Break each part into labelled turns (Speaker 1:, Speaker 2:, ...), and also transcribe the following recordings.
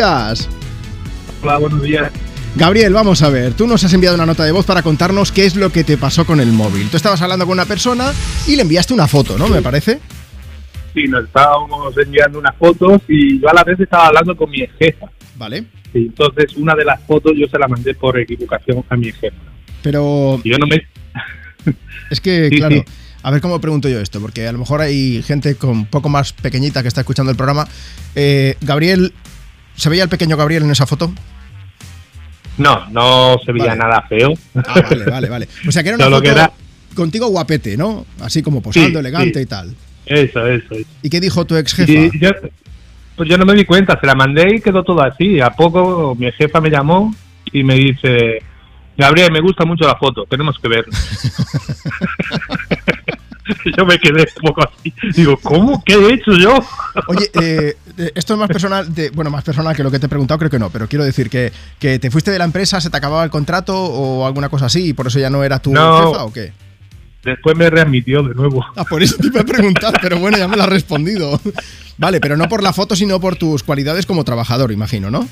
Speaker 1: días.
Speaker 2: Hola, buenos días.
Speaker 1: Gabriel, vamos a ver, tú nos has enviado una nota de voz para contarnos qué es lo que te pasó con el móvil. Tú estabas hablando con una persona y le enviaste una foto, ¿no? Me parece.
Speaker 2: Sí, nos estábamos enviando unas fotos y yo a la vez estaba hablando con mi ex jefa.
Speaker 1: Vale.
Speaker 2: Y entonces una de las fotos yo se la mandé por equivocación a mi ex jefa.
Speaker 1: Pero
Speaker 2: Y yo no me...
Speaker 1: es que,
Speaker 2: Sí,
Speaker 1: claro,
Speaker 2: sí.
Speaker 1: a ver cómo pregunto yo esto, porque a lo mejor hay gente con un poco más pequeñita que está escuchando el programa. Eh, Gabriel, ¿se veía el pequeño Gabriel en esa foto?
Speaker 2: No, no se veía
Speaker 1: Vale.
Speaker 2: nada feo.
Speaker 1: Ah, vale, vale, vale. O sea que era una
Speaker 2: Solo
Speaker 1: foto
Speaker 2: que era-
Speaker 1: contigo guapete, ¿no? Así como posando,
Speaker 2: Sí,
Speaker 1: elegante
Speaker 2: sí.
Speaker 1: y tal.
Speaker 2: Eso, eso. eso.
Speaker 1: ¿Y qué dijo tu ex jefa?
Speaker 2: Y yo, pues yo no me di cuenta, se la mandé y quedó todo así. A poco mi ex jefa me llamó y me dice, Gabriel, me gusta mucho la foto, tenemos que vernos. yo me quedé un poco así. Digo, ¿cómo? ¿Qué he hecho yo?
Speaker 1: Oye, eh, eh, esto es más personal, de- bueno, más personal que lo que te he preguntado, creo que no, pero quiero decir que, que te fuiste de la empresa, se te acababa el contrato o alguna cosa así y por eso ya no era tu
Speaker 2: No.
Speaker 1: jefa o qué.
Speaker 2: Después me readmitió de nuevo.
Speaker 1: Ah, por eso te iba a preguntar, pero bueno, ya me lo has respondido. Vale, pero no por la foto, sino por tus cualidades como trabajador, imagino, ¿no?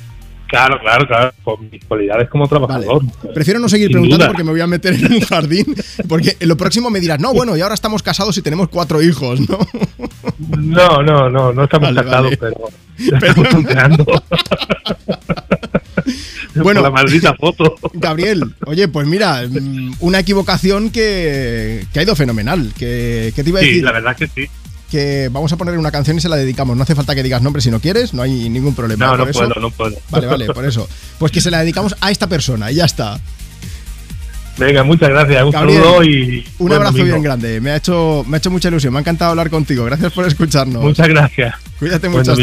Speaker 2: Claro, claro, claro, con mis cualidades como
Speaker 1: Vale.
Speaker 2: trabajador.
Speaker 1: Prefiero no seguir
Speaker 2: Sin
Speaker 1: preguntando
Speaker 2: duda.
Speaker 1: porque me voy a meter en un jardín, porque en lo próximo me dirás, no, bueno, y ahora estamos casados y tenemos cuatro hijos, ¿no?
Speaker 2: No, no, no, no estamos
Speaker 1: Vale, vale.
Speaker 2: casados, pero ya estamos funcionando.
Speaker 1: Bueno.
Speaker 2: Por la maldita foto.
Speaker 1: Gabriel, oye, pues mira, mm, una equivocación que, que ha ido fenomenal. Que, que te iba a
Speaker 2: Sí,
Speaker 1: decir,
Speaker 2: la verdad que sí.
Speaker 1: que vamos a poner una canción y se la dedicamos. No hace falta que digas nombre si no quieres, no hay ningún problema. ¿eh?
Speaker 2: No, no
Speaker 1: por eso.
Speaker 2: puedo, no puedo.
Speaker 1: Vale, vale, por eso. Pues que se la dedicamos a esta persona y ya está.
Speaker 2: Venga, muchas gracias. Un
Speaker 1: Gabriel,
Speaker 2: saludo y.
Speaker 1: Un
Speaker 2: buen
Speaker 1: abrazo
Speaker 2: domingo.
Speaker 1: bien grande. Me ha hecho, me ha hecho mucha ilusión, me ha encantado hablar contigo. Gracias por escucharnos.
Speaker 2: Muchas gracias.
Speaker 1: Cuídate
Speaker 2: Buen
Speaker 1: mucho, hasta
Speaker 2: domingo.